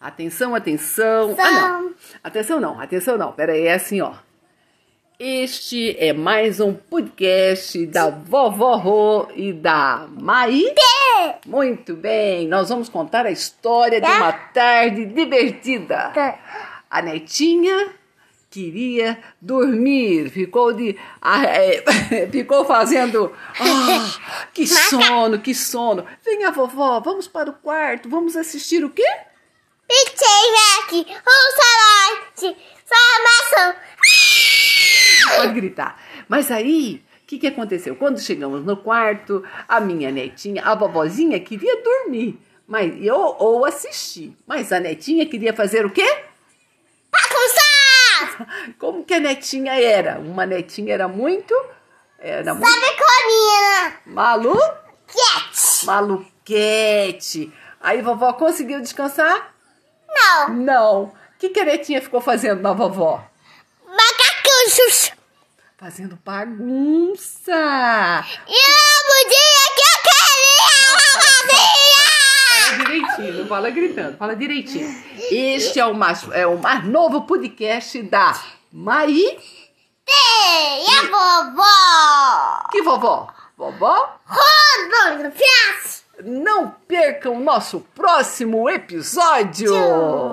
Atenção, atenção. Ah, não. Atenção não, atenção não. Pera aí, é assim, ó. Este é mais um podcast da Vovó Rô e da Maí. Muito bem, nós vamos contar a história de uma tarde divertida. A netinha queria dormir, ficou de ah, é, ficou fazendo ah, que sono, que sono. Venha vovó, vamos para o quarto, vamos assistir o quê? Pitei Mac, um salote, formação. Pode gritar. Mas aí, o que, que aconteceu? Quando chegamos no quarto, a minha netinha, a vovozinha queria dormir, mas eu ou assistir. Mas a netinha queria fazer o quê? Bagunçar! Como que a netinha era? Uma netinha era muito era muito Sabe comida? malu, Quiet! maluquete. Aí vovó conseguiu descansar? Não! Não. O que, que a netinha ficou fazendo na vovó? Macacuchos! Fazendo bagunça. E eu podia que eu queria! Fala direitinho, não fala gritando, fala direitinho. Este é o mais, é o mais novo podcast da Maí. Tem a vovó! Que vovó? Vovó? Rodolfo Fiasco! Não percam o nosso próximo episódio!